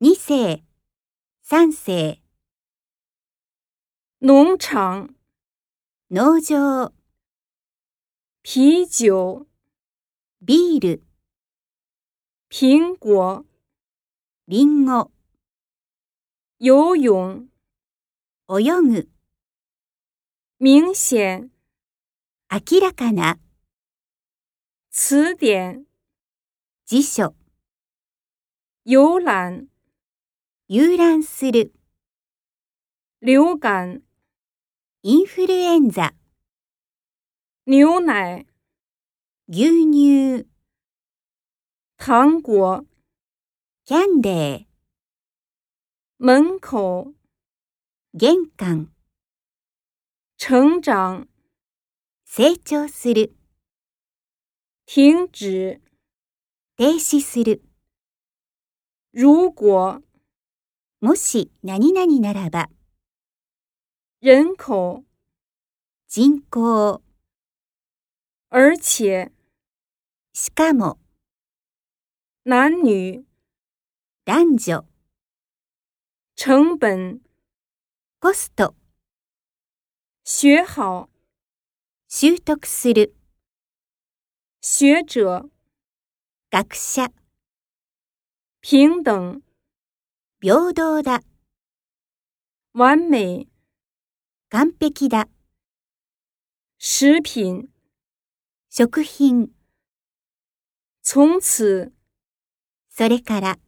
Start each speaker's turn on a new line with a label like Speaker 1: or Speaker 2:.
Speaker 1: 2世、3世、
Speaker 2: 农场、
Speaker 1: 農場、
Speaker 2: 啤酒、
Speaker 1: ビール、
Speaker 2: 苹果、
Speaker 1: リンゴ、
Speaker 2: 游泳、
Speaker 1: 泳ぐ、
Speaker 2: 明显、
Speaker 1: 明らかな、
Speaker 2: 词典、
Speaker 1: 辞書、
Speaker 2: 游览、
Speaker 1: 遊覧する、
Speaker 2: 流感、
Speaker 1: インフルエンザ、
Speaker 2: 牛奶、
Speaker 1: 牛乳、
Speaker 2: 糖果、
Speaker 1: キャンデー、
Speaker 2: 门口、
Speaker 1: 玄関、
Speaker 2: 成长、
Speaker 1: 成長する、
Speaker 2: 停止、
Speaker 1: 停止する、
Speaker 2: 如果、
Speaker 1: もし何々ならば、
Speaker 2: 人口、
Speaker 1: 人口、
Speaker 2: 而且、
Speaker 1: しかも、
Speaker 2: 男女、
Speaker 1: 男女、
Speaker 2: 成本、
Speaker 1: コスト、
Speaker 2: 学好、
Speaker 1: 習得する、
Speaker 2: 学者、
Speaker 1: 学者、
Speaker 2: 平等、
Speaker 1: 平等だ、
Speaker 2: 完美、
Speaker 1: 完璧だ、
Speaker 2: 食品、
Speaker 1: 食品、
Speaker 2: 从此。
Speaker 1: それから、